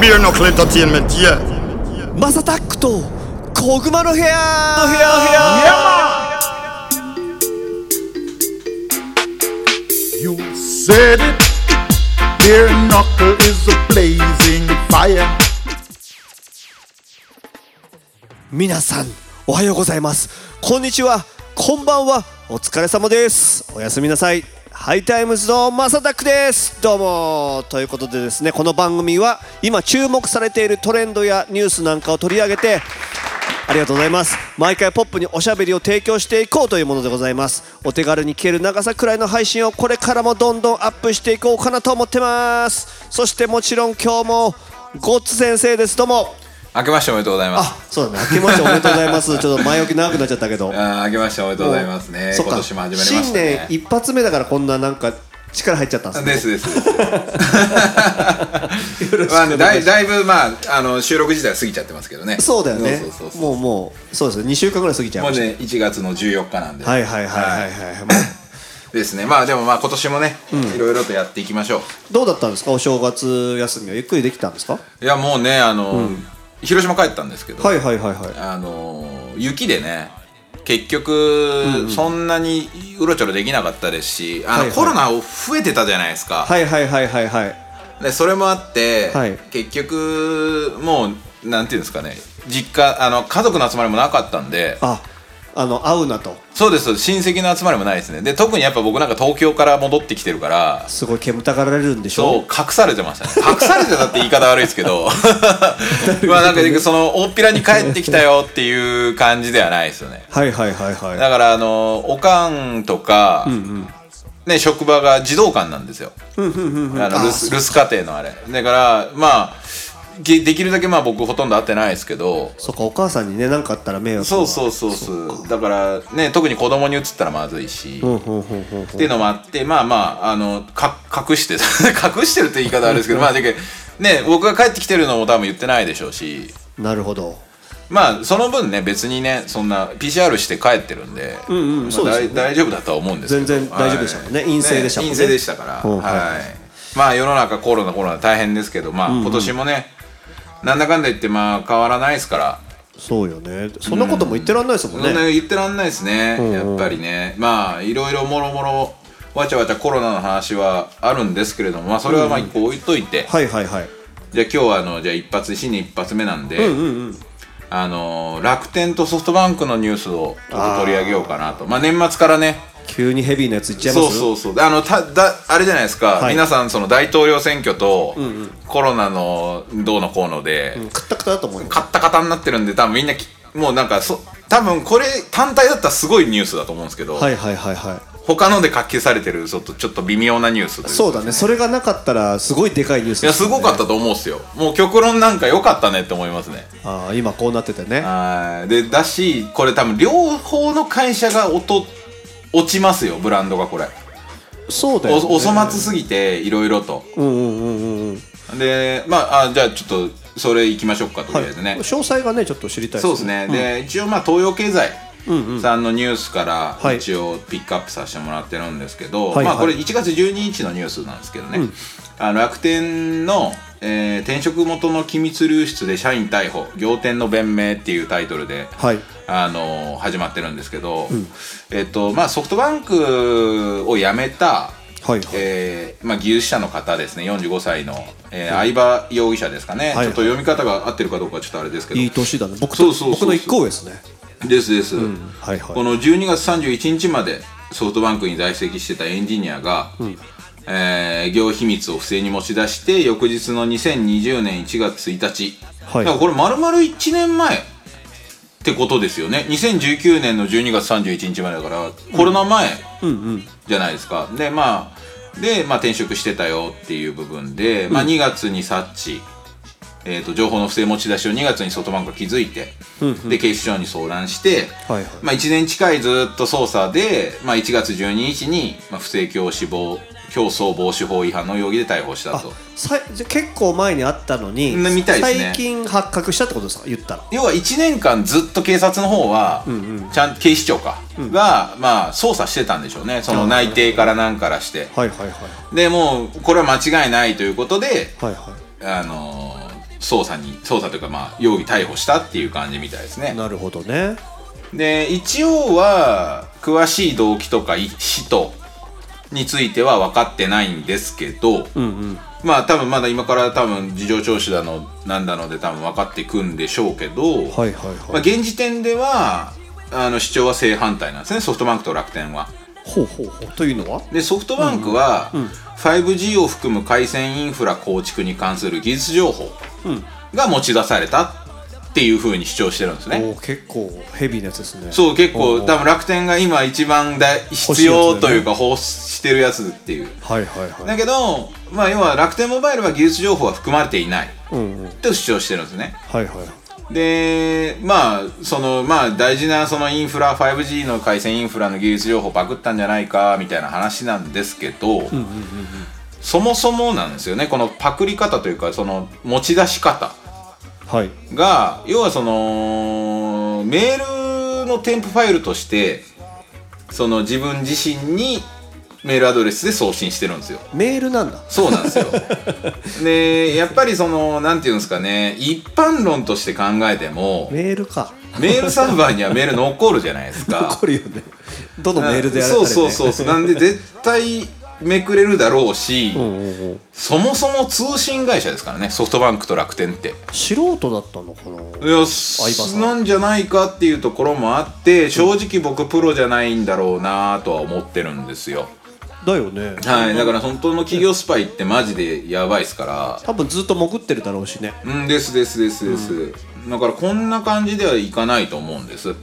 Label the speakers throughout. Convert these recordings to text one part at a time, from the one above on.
Speaker 1: ビルのクレタチンメティエ
Speaker 2: マサタックと小熊の部屋の部屋
Speaker 3: You said it. Beer knuckle is a blazing fire.
Speaker 2: 皆さんおはようございますこんにちはこんばんはお疲れ様ですおやすみなさいハイタイムズのマサタックですどうもということでですねこの番組は今注目されているトレンドやニュースなんかを取り上げてありがとうございます毎回ポップにおしゃべりを提供していこうというものでございますお手軽に聞ける長さくらいの配信をこれからもどんどんアップしていこうかなと思ってますそしてもちろん今日もゴッツ先生ですどうも
Speaker 4: 明けましておめでとうございます
Speaker 2: あ、そうだね。明けましておめでとうござい ます。ちょっと前置き長くなっちゃったけど。
Speaker 4: あー明けましておめでとうございますね
Speaker 2: そっ
Speaker 4: 今
Speaker 2: か
Speaker 4: 年も始まりましたね
Speaker 2: 新年一発目だからこんななんか力入っちゃったんですね。
Speaker 4: ですですですまあだいだいぶまああの収録自体は過ぎちゃってますけどね
Speaker 2: そうだよね
Speaker 4: そうそうそう。
Speaker 2: もうもうそうですね。二週間ぐらい過ぎちゃい
Speaker 4: もう
Speaker 2: ました。
Speaker 4: ね1月の14日なんで
Speaker 2: はいはいはいはいはい。まあ
Speaker 4: ですねまあでもまあ今年もねいろいろとやっていきましょ
Speaker 2: どうだったんですか。お正月休みはゆっくりできたんですか。
Speaker 4: ういやもうねあの広島帰ったんですけど
Speaker 2: はいはいはいはい。
Speaker 4: あの雪でね結局そんなにうろちょろできなかったですし
Speaker 2: は
Speaker 4: あ
Speaker 2: い
Speaker 4: の
Speaker 2: はい
Speaker 4: コロナ増えてたじゃないですか
Speaker 2: はいはいはいはいはい。
Speaker 4: でそれもあって、
Speaker 2: はい
Speaker 4: 結局もうなんていうんですかね実家あの家族の集まりもなかったんで
Speaker 2: あ、あの会うなと。
Speaker 4: そうですそうです親戚の集まりもないですねで特にやっぱ僕なんか東京から戻ってきてるから
Speaker 2: すごい煙たがられるんでし
Speaker 4: そう
Speaker 2: ょ。
Speaker 4: 隠されてましたね隠されてたって言い方悪いですけどまあなんかその大っぴらに帰ってきたよっていう感じではないですよね
Speaker 2: はいはいはいは
Speaker 4: だからあのおかんとか、ね、職場が児童館なんですよあの留守留守家庭のあれだからまあげできるだけまあ僕ほとんど会ってないですけど
Speaker 2: い。そっかお母さんにね何かあったら迷惑。
Speaker 4: そうそうそうそうだからね特に子供に移ったらまずいし、
Speaker 2: うん
Speaker 4: っ
Speaker 2: うんうんうんうん。
Speaker 4: ていうのもあってまあまああのか隠して 隠してるって言い方あれですけどまあだけどね僕が帰ってきてるのも多分言ってないでしょうし
Speaker 2: なるほど。
Speaker 4: まあその分ね別にねそんな PCR して帰ってるんで、
Speaker 2: うんうん
Speaker 4: まあ
Speaker 2: そうですよね
Speaker 4: 大大丈夫だとは思うんですけど
Speaker 2: 全然大丈夫でしたもんね陰性でしたもんね
Speaker 4: 陰性でしたから、
Speaker 2: うんはい
Speaker 4: はい、まあ世の中コロナコロナ大変ですけどまあ今年もね、なんだかんだ言ってまあ変わらないですから
Speaker 2: そうよね。そんなことも言ってらんないですも
Speaker 4: そ
Speaker 2: ん
Speaker 4: んな
Speaker 2: ね。
Speaker 4: 言ってらんないですね、
Speaker 2: んうん
Speaker 4: やっぱりねまあいろいろもろもろわちゃわちゃコロナの話はあるんですけれどもまあそれはまあ一個置いといて、
Speaker 2: はいはいはい。
Speaker 4: じゃあ今日はあのじゃあ一発新年一発目なんで、あのー楽天とソフトバンクのニュースをちょっと取り上げようかなとまあ年末からね
Speaker 2: 急にヘビーなやついっちゃいま
Speaker 4: そう
Speaker 2: す
Speaker 4: そうそうあのただあれじゃないですか、
Speaker 2: はい
Speaker 4: 皆さんその大統領選挙とコロナのどうのこうので、
Speaker 2: うんくったくただと思います
Speaker 4: カッタカタになってるんで多分みんなきもうなんかそ多分これ単体だったらすごいニュースだと思うんですけど、
Speaker 2: はいはいはいはい
Speaker 4: 他ので活気されてるちょっとちょっと微妙なニュースといか
Speaker 2: そうだねそれがなかったらすごいでかいニュース
Speaker 4: い
Speaker 2: で
Speaker 4: や
Speaker 2: す
Speaker 4: す
Speaker 2: よね
Speaker 4: ごかったと思うんですよもう極論なんか良かったねって思いますね
Speaker 2: ああ今こうなっててね
Speaker 4: はいでだしこれ多分両方の会社が音落ちますよブランドがこれ
Speaker 2: そうだよ、ね、
Speaker 4: おお粗末すぎていろいろと
Speaker 2: うんうんうんうんうん
Speaker 4: でまああじゃあちょっとそれいきましょうかと
Speaker 2: はい
Speaker 4: りあえずね、
Speaker 2: 詳細がねちょっと知りたい
Speaker 4: そうですね、で一応まあ東洋経済さんのニュースから
Speaker 2: はい
Speaker 4: 一応ピックアップさせてもらってるんですけど、
Speaker 2: はい
Speaker 4: まあ
Speaker 2: はい
Speaker 4: これ1月12日のニュースなんですけどね、あの楽天の、えー転職元の機密流出で社員逮捕仰天の弁明っていうタイトルで、
Speaker 2: はい
Speaker 4: あの始まってるんですけど、えっとまあ、ソフトバンクを辞めた、
Speaker 2: はい
Speaker 4: えーまあ、技術者の方ですね45歳の、えー相葉容疑者ですかね、
Speaker 2: はい
Speaker 4: ちょっと読み方が合ってるかどうかちょっとあれですけど
Speaker 2: いい年だね僕と
Speaker 4: そうそうそう
Speaker 2: 僕の一個上ですね
Speaker 4: ですです、
Speaker 2: はいはい
Speaker 4: この12月31日までソフトバンクに在籍してたエンジニアが、えー業秘密を不正に持ち出して翌日の2020年1月1日、
Speaker 2: はい
Speaker 4: だからこれ丸々1年前ってことですよね2019年の12月31日までだからコロナ前じゃないですか、でまあで、まあ、転職してたよっていう部分で、まあ、2月に察知、えー、と情報の不正持ち出しを2月にソフトバンクが気づいて、で警視庁に相談して、
Speaker 2: はいはい
Speaker 4: まあ、1年近いずっと捜査で、まあ、1月12日に、まあ、不正教師防競争防止法違反の容疑で逮捕した
Speaker 2: あ
Speaker 4: と
Speaker 2: さいじゃ結構前にあったのに、
Speaker 4: ねみたいですね
Speaker 2: 最近発覚したってことですか言ったら
Speaker 4: 要は1年間ずっと警察の方は、ちゃん警視庁か、が、まあ、捜査してたんでしょうねその内定からなんからして、
Speaker 2: はいはいはい
Speaker 4: でもうこれは間違いないということで、
Speaker 2: はいはい
Speaker 4: あのー捜査に捜査というかまあ容疑逮捕したっていう感じみたいですね
Speaker 2: なるほどね
Speaker 4: で一応は詳しい動機とか意図については分かってないんですけど、まあ多分まだ今から多分事情聴取だのなんだので多分分かっていくんでしょうけど、
Speaker 2: はいはいはい、
Speaker 4: まあ、現時点ではあの主張は正反対なんですねソフトバンクと楽天は。
Speaker 2: ほうほうほうというのは
Speaker 4: でソフトバンクは 5G を含む回線インフラ構築に関する技術情報が持ち出されたっていうふうに主張してるんですね。
Speaker 2: おー結構ヘビーなやつですね
Speaker 4: そう結構
Speaker 2: おー
Speaker 4: 多分楽天が今一番だ必要というか欲してるやつっていう
Speaker 2: はいはいはい
Speaker 4: だけどまあ要は楽天モバイルは技術情報は含まれていない
Speaker 2: うんうん
Speaker 4: と主張してるんですね
Speaker 2: はいはい
Speaker 4: でまあそのまあ大事なそのインフラ 5G の回線インフラの技術情報パクったんじゃないかみたいな話なんですけど、そもそもなんですよねこのパクり方というかその持ち出し方
Speaker 2: はい
Speaker 4: が要はそのメールの添付ファイルとしてその自分自身にメールアドレスで送信してるんですよ
Speaker 2: メールなんだ
Speaker 4: そうなん ですよでやっぱりそのなんていうんですかね一般論として考えても
Speaker 2: メールか
Speaker 4: メールサーバーにはメール残るじゃないですか
Speaker 2: 残るよねどのメールでやられ
Speaker 4: そう
Speaker 2: た
Speaker 4: そうそうそうなんで絶対めくれるだろうし、
Speaker 2: うんうんうん
Speaker 4: そもそも通信会社ですからねソフトバンクと楽天って
Speaker 2: 素人だったのかない
Speaker 4: やす
Speaker 2: 相葉さん
Speaker 4: なんじゃないかっていうところもあって正直僕プロじゃないんだろうなとは思ってるんですよ
Speaker 2: だよね
Speaker 4: はいだから本当の企業スパイってマジでやばいですか
Speaker 2: 多分ずっと潜ってるだろうしね
Speaker 4: らうんですですですです、だからこんな感じではいかないと思うんです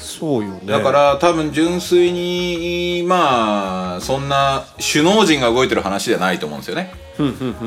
Speaker 2: そうよね
Speaker 4: だから多分純粋にまあそんな首脳陣が動いてる話じゃないと思うんですよね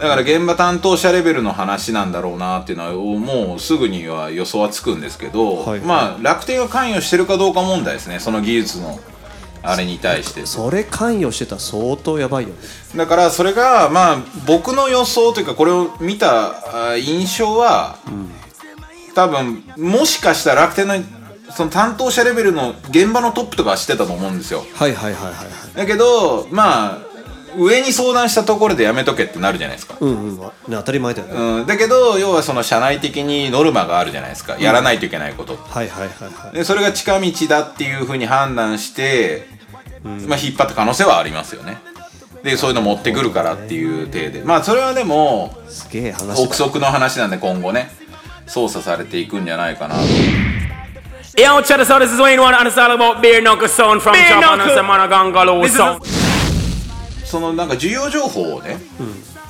Speaker 4: だから現場担当者レベルの話なんだろうなっていうのはもうすぐには予想はつくんですけど、
Speaker 2: はい
Speaker 4: まあ楽天が関与してるかどうか問題ですねその技術のあれに対して
Speaker 2: それ関与してたら相当やばいよね
Speaker 4: だからそれがまあ僕の予想というかこれを見たあ印象は、多分もしかしたら楽天のその担当者レベルの現場のトップとかはしてたと思うんですよ
Speaker 2: はいはいはいはいはい
Speaker 4: だけどまあ上に相談したところでやめとけってなるじゃないですか、
Speaker 2: うんうんね当たり前だよね
Speaker 4: うん、だけど要はその社内的にノルマがあるじゃないですかやらないといけないこと
Speaker 2: はいはいはいはい
Speaker 4: でそれが近道だっていうふうに判断して、まあ、引っ張った可能性はありますよねでそういうの持ってくるからっていう体でまあそれはでも
Speaker 2: すげえ話だ
Speaker 4: 憶測の話なんで今後ね操作されていくんじゃないかなと
Speaker 5: Yo, check this out. This is Wayne One, and it's all about bare knuckle sound from
Speaker 6: Bare
Speaker 5: Japan and
Speaker 6: knuckle.
Speaker 5: Samana Gangalo
Speaker 6: This is
Speaker 5: sound.
Speaker 4: そのなんか需要情報をね、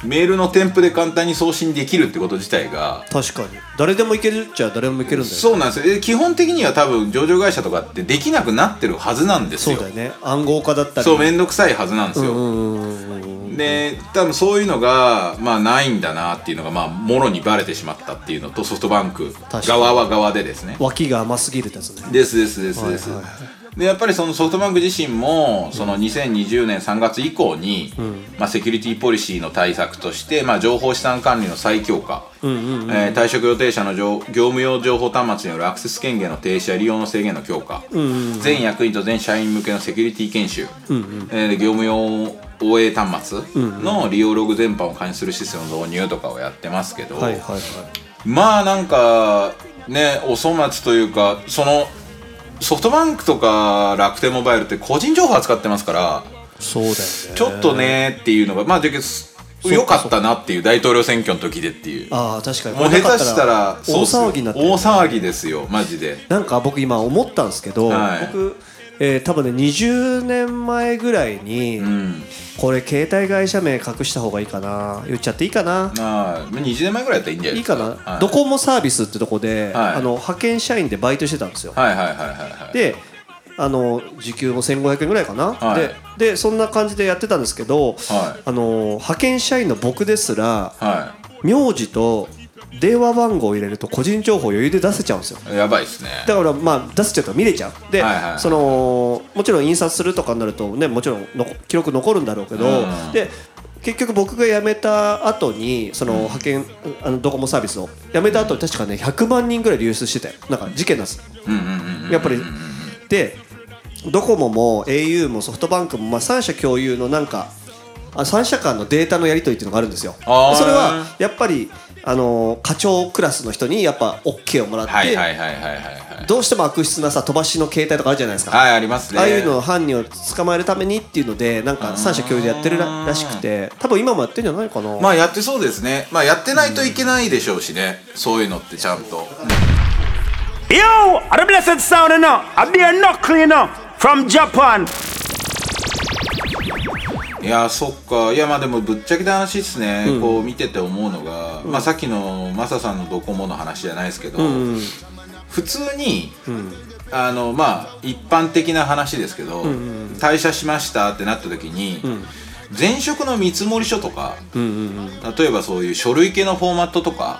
Speaker 4: メールの添付で簡単に送信できるってこと自体が
Speaker 2: 確かに誰でもいけるっちゃ誰でもいけるんだよね
Speaker 4: そうなんですよで基本的には多分上場会社とかってできなくなってるはずなんです
Speaker 2: そう
Speaker 4: よ
Speaker 2: だよね暗号化だったり
Speaker 4: そう面倒くさいはずなんですよ、で多分そういうのがまあないんだなっていうのがまあもろにバレてしまったっていうのとソフトバンク
Speaker 2: かに
Speaker 4: 側は側でですね
Speaker 2: 脇が甘すぎるってやつね
Speaker 4: ですですですです、
Speaker 2: はいは
Speaker 4: でやっぱりそのソフトバンク自身もその2020年3月以降に、まあ、セキュリティポリシーの対策として、まあ、情報資産管理の再強化、えー退職予定者の情業務用情報端末によるアクセス権限の停止や利用の制限の強化、全役員と全社員向けのセキュリティ研修、えー業務用 OA 端末の利用ログ全般を管理するシステムの導入とかをやってますけど、
Speaker 2: はいはいはい
Speaker 4: まあなんかねお粗末というかそのソフトバンクとか楽天モバイルって個人情報扱ってますから
Speaker 2: そうだよね
Speaker 4: ちょっとねっていうのがまあだけどよかったなっていう大統領選挙の時でっていう
Speaker 2: ああ確かに
Speaker 4: もう下手したら
Speaker 2: 大
Speaker 4: そうっすよ
Speaker 2: 騒ぎになってる
Speaker 4: 大騒ぎですよマジで
Speaker 2: なんか僕今思ったんですけど、
Speaker 4: はい
Speaker 2: 僕、えー多分ね20年前ぐらいに、
Speaker 4: うん
Speaker 2: これ携帯会社名隠した方がいいかな言っちゃっていいかな、
Speaker 4: まあ20年前ぐらいだったらいいんじゃな
Speaker 2: い
Speaker 4: いで
Speaker 2: い
Speaker 4: すか
Speaker 2: かな、
Speaker 4: はい
Speaker 2: ドコモサービスってとこで、
Speaker 4: はい
Speaker 2: あの派遣社員でバイトしてたんですよ、
Speaker 4: はいはいはいはいはい
Speaker 2: であの時給も1500円ぐらいかな、
Speaker 4: はい
Speaker 2: ででそんな感じでやってたんですけど、
Speaker 4: はい
Speaker 2: あの派遣社員の僕ですら
Speaker 4: は
Speaker 2: 名字と電話番号を入れると個人情報余裕で出せちゃうんですよ
Speaker 4: いやばいですね
Speaker 2: だからまあ出せちゃうと見れちゃうで、
Speaker 4: はいはい
Speaker 2: そのもちろん印刷するとかになるとねもちろんの記録残るんだろうけど、
Speaker 4: うん
Speaker 2: で結局僕が辞めた後にその派遣、あのドコモサービスを辞めた後に確かね100万人ぐらい流出してたよなんか事件なんです
Speaker 4: うんうんうんうん
Speaker 2: やっぱりでドコモも au もソフトバンクも、まあ、3社共有のなんかあ3社間のデータのやり取りっていうのがあるんですよそれ
Speaker 4: あー
Speaker 2: はやっぱりあの課長クラスの人にやっぱ OK をもらって、
Speaker 4: はいはいはいはいはいはい
Speaker 2: どうしても悪質なさ飛ばしの携帯とかあるじゃないですか、
Speaker 4: はいありますね
Speaker 2: ああいうのを犯人を捕まえるためにっていうのでなんか三者共有でやってるららしくて多分今もやってるんじゃないかな、
Speaker 4: まあやってそうですねまあやってないといけないでしょうしね、そういうのってちゃんと
Speaker 5: Yo, are the blessed sound enough? A bare knuckle enough from Japan.
Speaker 4: いやそっかいやまあでもぶっちゃけた話ですね、こう見てて思うのが、まあさっきのマサさんのドコモの話じゃないですけど、普通に、あのまあ一般的な話ですけど、退社しましたってなった時に、前職の見積書とか、例えばそういう書類系のフォーマットとか、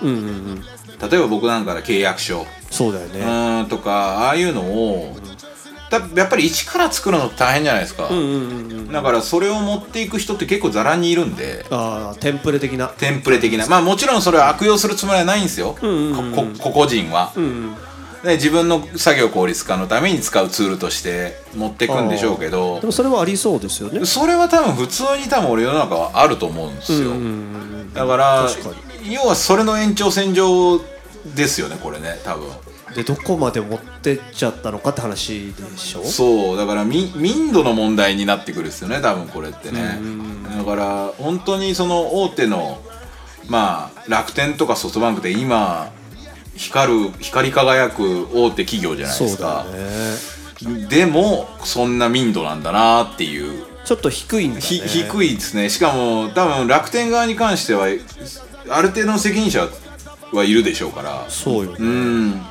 Speaker 4: 例えば僕なんかだ契約書、
Speaker 2: そうだよ
Speaker 4: う
Speaker 2: ね、
Speaker 4: ーんとかああいうのをだやっぱり一から作るのって大変じゃないですか、だからそれを持っていく人って結構ざらにいるんで
Speaker 2: ああテンプレ的な
Speaker 4: テンプレ的なまあもちろんそれは悪用するつもりはないんですよ、ここ個々人は、で自分の作業効率化のために使うツールとして持っていくんでしょうけど
Speaker 2: でもそれはありそうですよね
Speaker 4: それは多分普通に多分俺世の中はあると思うんですよ、だから
Speaker 2: 確か
Speaker 4: 要はそれの延長線上ですよねこれね多分
Speaker 2: でどこまで持ってっちゃったのかって話でしょ
Speaker 4: そうだからみ民度の問題になってくるですよね多分これってねだから本当にその大手のまあ楽天とかソフトバンクで今光る光り輝く大手企業じゃないで
Speaker 2: そ
Speaker 4: す
Speaker 2: うだ
Speaker 4: か
Speaker 2: よ、ね
Speaker 4: でもそんな民度なんだなっていう
Speaker 2: ちょっと低いんだね
Speaker 4: ひ低いですねしかも多分楽天側に関してはある程度の責任者はいるでしょうから
Speaker 2: そうよね、
Speaker 4: うん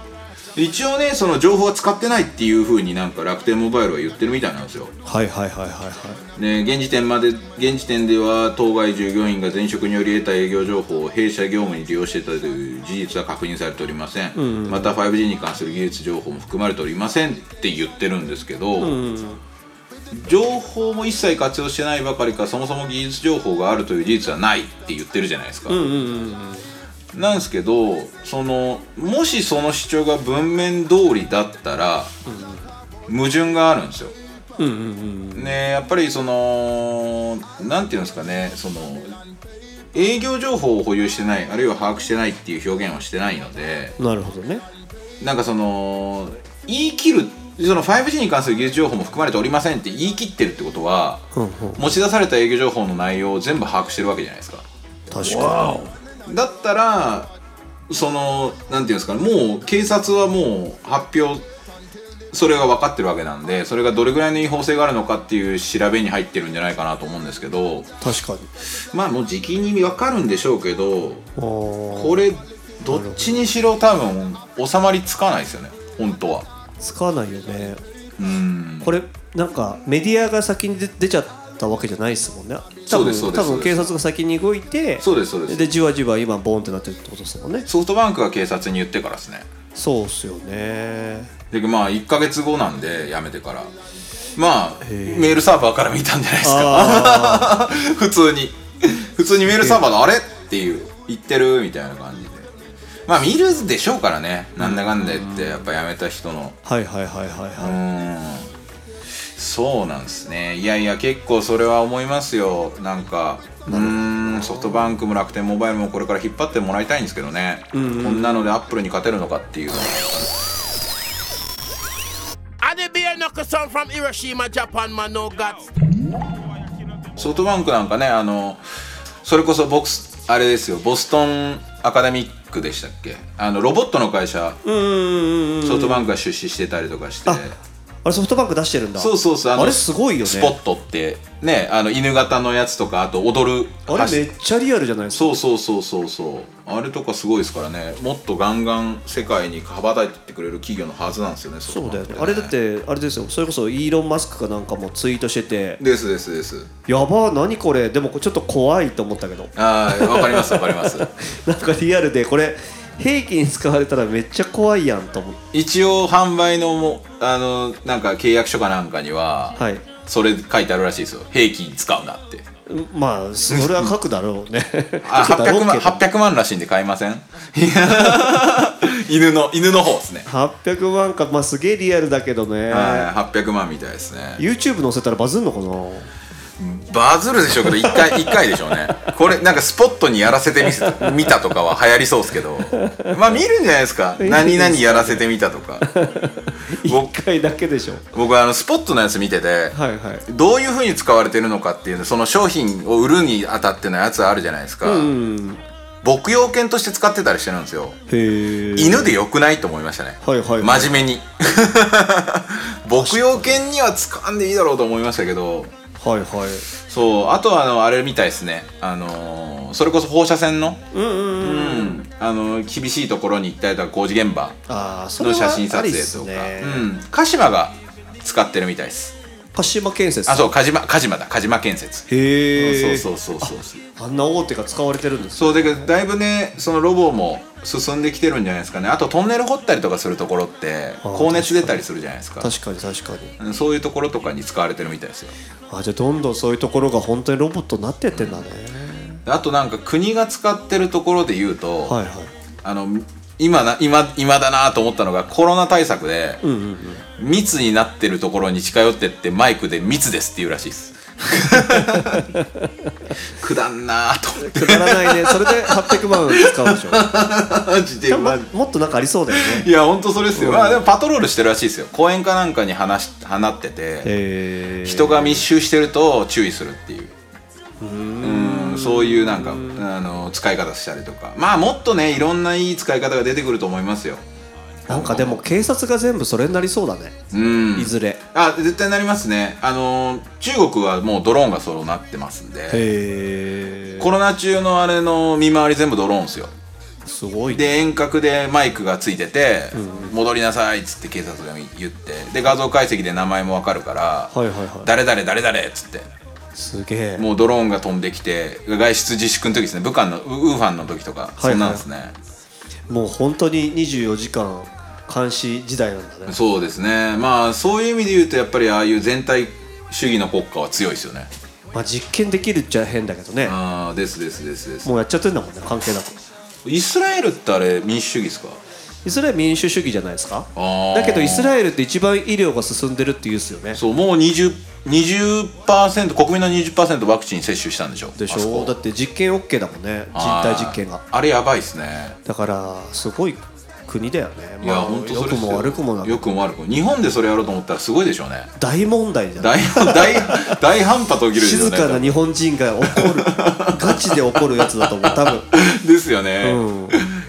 Speaker 4: 一応ねその情報は使ってないっていうふうになんか楽天モバイルは言ってるみたいなんですよ
Speaker 2: はいはいはいはいはい
Speaker 4: ね、現時点まで現時点では当該従業員が前職により得た営業情報を弊社業務に利用していたという事実は確認されておりません、また 5G に関する技術情報も含まれておりませんって言ってるんですけど、情報も一切活用してないばかりかそもそも技術情報があるという事実はないって言ってるじゃないですか、なんですけどそのもしその主張が文面通りだったら、矛盾があるんですよねやっぱりそのなんていうんですかねその営業情報を保有してないあるいは把握してないっていう表現をしてないので
Speaker 2: なるほどね
Speaker 4: なんかその言い切るその 5G に関する技術情報も含まれておりませんって言い切ってるってことは、
Speaker 2: うんうん
Speaker 4: 持ち出された営業情報の内容を全部把握してるわけじゃないですか
Speaker 2: 確か
Speaker 4: だったらそのなんていうんですかねもう警察はもう発表それが分かってるわけなんでそれがどれぐらいの違法性があるのかっていう調べに入ってるんじゃないかなと思うんですけど
Speaker 2: に確かに
Speaker 4: まあもう時期に分かるんでしょうけど
Speaker 2: おー
Speaker 4: これどっちにしろ多分収まりつかないですよね本当は。
Speaker 2: つかないよね
Speaker 4: うん
Speaker 2: これなんかメディアが先に出出ちゃったわけじゃないですもんね多
Speaker 4: そうで
Speaker 2: 分
Speaker 4: すそうです
Speaker 2: 多分警察が先に動いて
Speaker 4: そうですそうです
Speaker 2: でじわじわ今ボンってなってるってことですもんね
Speaker 4: ソフトバンクが警察に言ってからですね
Speaker 2: そうっすよね
Speaker 4: でまあ1か月後なんで辞めてからまあメールサーバーから見たんじゃないですか 普通に普通にメールサーバーのあれっていう言ってるみたいな感じでまあ見るでしょうからねなんだかんだ言ってやっぱ辞めた人の
Speaker 2: はいはいはいはいは
Speaker 4: う
Speaker 2: い、
Speaker 4: ーんそうなんですねいやいや結構それは思いますよなんかうーんソフトバンクも楽天モバイルもこれから引っ張ってもらいたいんですけどね、こんなのでアップルに勝てるのかっていうのは
Speaker 6: And the beer knuckle sound from Hiroshima, Japan, man, no guts.
Speaker 4: ソフトバンクなんかねあのそれこそボクスあれですよボストンアカデミックでしたっけあのロボットの会社ソフトバンクが出資してたりとかして
Speaker 2: あれソフトバンク出してるんだ
Speaker 4: そうそうそう
Speaker 2: あれすごいよね
Speaker 4: スポットってねあの犬型のやつとかあと踊る
Speaker 2: あれめっちゃリアルじゃないですか
Speaker 4: そうそうそうそうそうあれとかすごいですからねもっとガンガン世界に羽ばたいてってくれる企業のはずなんですよねソ
Speaker 2: そ
Speaker 4: フ
Speaker 2: う
Speaker 4: ト
Speaker 2: だ
Speaker 4: バ
Speaker 2: よ
Speaker 4: ンク
Speaker 2: ねあれだってあれですよそれこそイーロン・マスクかなんかもツイートしてて
Speaker 4: ですですです
Speaker 2: やばー何これでもちょっと怖いと思ったけど
Speaker 4: ああわかりますわかり ます
Speaker 2: なんかリアルでこれ兵器に使われたらめっちゃ怖いやんと思って
Speaker 4: 一応販売のもあのなんか契約書かなんかには、
Speaker 2: はい
Speaker 4: それ書いてあるらしいですよ兵器に使うなって
Speaker 2: うまあそれは書くだろうね
Speaker 4: あ
Speaker 2: 書くだろう
Speaker 4: 800万
Speaker 2: けど
Speaker 4: 800万らしいんで買いません 犬の犬の方ですね
Speaker 2: 800万かまあすげえリアルだけどね
Speaker 4: はい800万みたいですね
Speaker 2: YouTube 載せたらバズんのかな
Speaker 4: バズるでしょうけど1回 ,1 回でしょうねこれなんかスポットにやらせてみせ見たとかは流行りそうですけどまあ見るんじゃないですか何々やらせてみたとか
Speaker 2: 一回だけでしょ
Speaker 4: 僕はあのスポットのやつ見てて、
Speaker 2: はいはい
Speaker 4: どういうふうに使われてるのかっていうのその商品を売るにあたってのやつあるじゃないですか、牧羊犬として使ってたりしてるんですよ
Speaker 2: へえ
Speaker 4: 犬でよくないと思いましたね、
Speaker 2: はいはいはい
Speaker 4: 真面目に 牧羊犬には使んでいいだろうと思いましたけど
Speaker 2: はいはい
Speaker 4: そうあとはあのあれみたいですねあのーそれこそ放射線のうんあのー厳しいところに行ったりとか工事現場
Speaker 2: ああそれ
Speaker 4: の
Speaker 2: は
Speaker 4: 写真撮
Speaker 2: あり
Speaker 4: 影
Speaker 2: っ
Speaker 4: と
Speaker 2: す
Speaker 4: か、
Speaker 2: ね
Speaker 4: うん鹿島が使ってるみたいです
Speaker 2: 鹿島建設
Speaker 4: あそう鹿島鹿島だ鹿島建設
Speaker 2: へえ
Speaker 4: そうそうそうそうそ
Speaker 2: あ
Speaker 4: う
Speaker 2: んな大手が使われてるんです
Speaker 4: そうだけどだいぶねそのロボも進んできてるんじゃないですかねあとトンネル掘ったりとかするところって
Speaker 2: あー
Speaker 4: 高熱出たりするじゃないですか
Speaker 2: 確かに確かに
Speaker 4: うんそういうところとかに使われてるみたいですよ
Speaker 2: あじゃあどんどんそういうところが本当にロボットになってってんだね、
Speaker 4: あとなんか国が使ってるところで言うと、
Speaker 2: はいはい
Speaker 4: あの今な今今だなと思ったのがコロナ対策で、密になってるところに近寄ってってマイクで「密です」って言うらしいです くだんなーと思って
Speaker 2: くだら ないねそれで800万使うでしょ
Speaker 4: マジで
Speaker 2: でも、ま、もっとなんかありそうだよね
Speaker 4: いや本当それですよ、まあでもパトロールしてるらしいですよ公園かなんかに話し放ってて
Speaker 2: へえ
Speaker 4: 人が密集してると注意するっていううんそういうなんかあの使い方したりとかまあもっとねいろんないい使い方が出てくると思いますよ
Speaker 2: なんかでも警察が全部それになりそうだね、
Speaker 4: うん
Speaker 2: いずれ
Speaker 4: あ絶対なりますねあの中国はもうドローンがそうなってますんで
Speaker 2: へえ
Speaker 4: コロナ中のあれの見回り全部ドローンですよ
Speaker 2: すごいね
Speaker 4: で遠隔でマイクがついてて「戻りなさい」っつって警察が言ってで画像解析で名前もわかるから
Speaker 2: はいはい
Speaker 4: 「
Speaker 2: は
Speaker 4: 誰々誰々」っつって
Speaker 2: いすげえ
Speaker 4: もうドローンが飛んできて外出自粛の時ですね武漢のウウーファンの時とか
Speaker 2: はいはい
Speaker 4: そんなんですね
Speaker 2: もう本当に24時間監視時代なんだね
Speaker 4: そうですねまあそういう意味で言うとやっぱりああいう全体主義の国家は強いですよね
Speaker 2: まあ実験できるっちゃ変だけどね
Speaker 4: ああですですですです
Speaker 2: もうやっちゃってんだもんね関係なく
Speaker 4: イスラエルってあれ民主主義ですか
Speaker 2: イスラエル民主主義じゃないですか
Speaker 4: あー
Speaker 2: だけどイスラエルって一番医療が進んでるって言うんですよね
Speaker 4: そうもう 20%, 20国民の20%ワクチン接種したんでしょ
Speaker 2: でし
Speaker 4: あそ
Speaker 2: ょ
Speaker 4: こ
Speaker 2: だって実験 OK だもんね人
Speaker 4: あー
Speaker 2: 体実験が
Speaker 4: あれやばいですね
Speaker 2: だからすごい国だよね
Speaker 4: いや
Speaker 2: まあ
Speaker 4: 本当
Speaker 2: 良
Speaker 4: それ
Speaker 2: く
Speaker 4: っすよ
Speaker 2: も悪くもな
Speaker 4: 良
Speaker 2: く
Speaker 4: くも悪くも日本でそれやろうと思ったらすごいでしょうね
Speaker 2: 大問題じゃん
Speaker 4: 大 大大半端途切れる
Speaker 2: 静かな日本人が怒る ガチで怒るやつだと思う多分
Speaker 4: ですよね、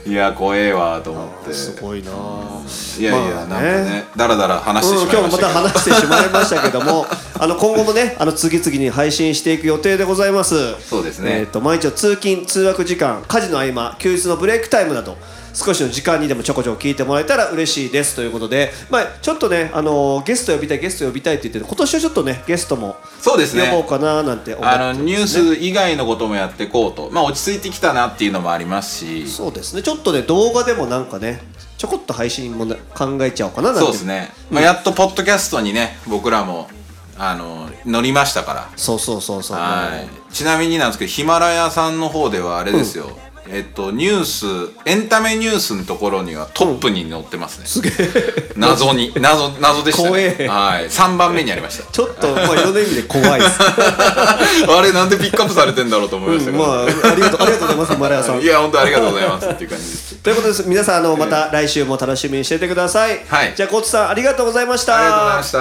Speaker 4: いや怖えわと思って
Speaker 2: すごいなあ
Speaker 4: いやいや、
Speaker 2: ま
Speaker 4: な
Speaker 2: あね
Speaker 4: んかねだらだら話して
Speaker 2: う
Speaker 4: し
Speaker 2: ん
Speaker 4: ま
Speaker 2: 今日も
Speaker 4: いまし
Speaker 2: ま
Speaker 4: た
Speaker 2: た
Speaker 4: けど、
Speaker 2: 話してしまいましたけども あの今後もねあの次々に配信していく予定でございます
Speaker 4: そうですね
Speaker 2: えー、と毎日の通勤通学時間家事の合間休日のブレイクタイムなど少しの時間にでもちょこちょこ聞いてもらえたら嬉しいですということで、まあ、ちょっとね、あのーゲスト呼びたいゲスト呼びたいって言ってる今年はちょっとねゲストも
Speaker 4: そうですね
Speaker 2: 呼ぼうかななんて思って
Speaker 4: あのニュース以外のこともやっていこうとまあ落ち着いてきたなっていうのもありますし
Speaker 2: そうですねちょっとね動画でもなんかねちょこっと配信もな考えちゃおうかななんて
Speaker 4: そうですね、まあ、やっとポッドキャストにね僕らもあの乗りましたか
Speaker 2: そうそうそうそう
Speaker 4: ら、 はい、ちなみになんですけどヒマラヤさんの方ではあれですよ、えっとニュースエンタメニュースのところにはトップに載ってますね、
Speaker 2: すげえ
Speaker 4: 謎に謎謎でした、ね、
Speaker 2: 怖え
Speaker 4: はい3番目にありました
Speaker 2: ちょっと、まあ、いろんな意味で怖いです。
Speaker 4: あれなんでピックアップされてんだろうと思いましたけど、
Speaker 2: まあ、ありがとう、ありがとうございます、マリアさん。
Speaker 4: いや本当ありがとうございますっていう感じです
Speaker 2: ということです。皆さん、あの、また来週も楽しみにしててください。
Speaker 4: はい
Speaker 2: じゃあ、コーツさん、ありがとうございました。
Speaker 4: ありがとうございまし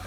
Speaker 4: た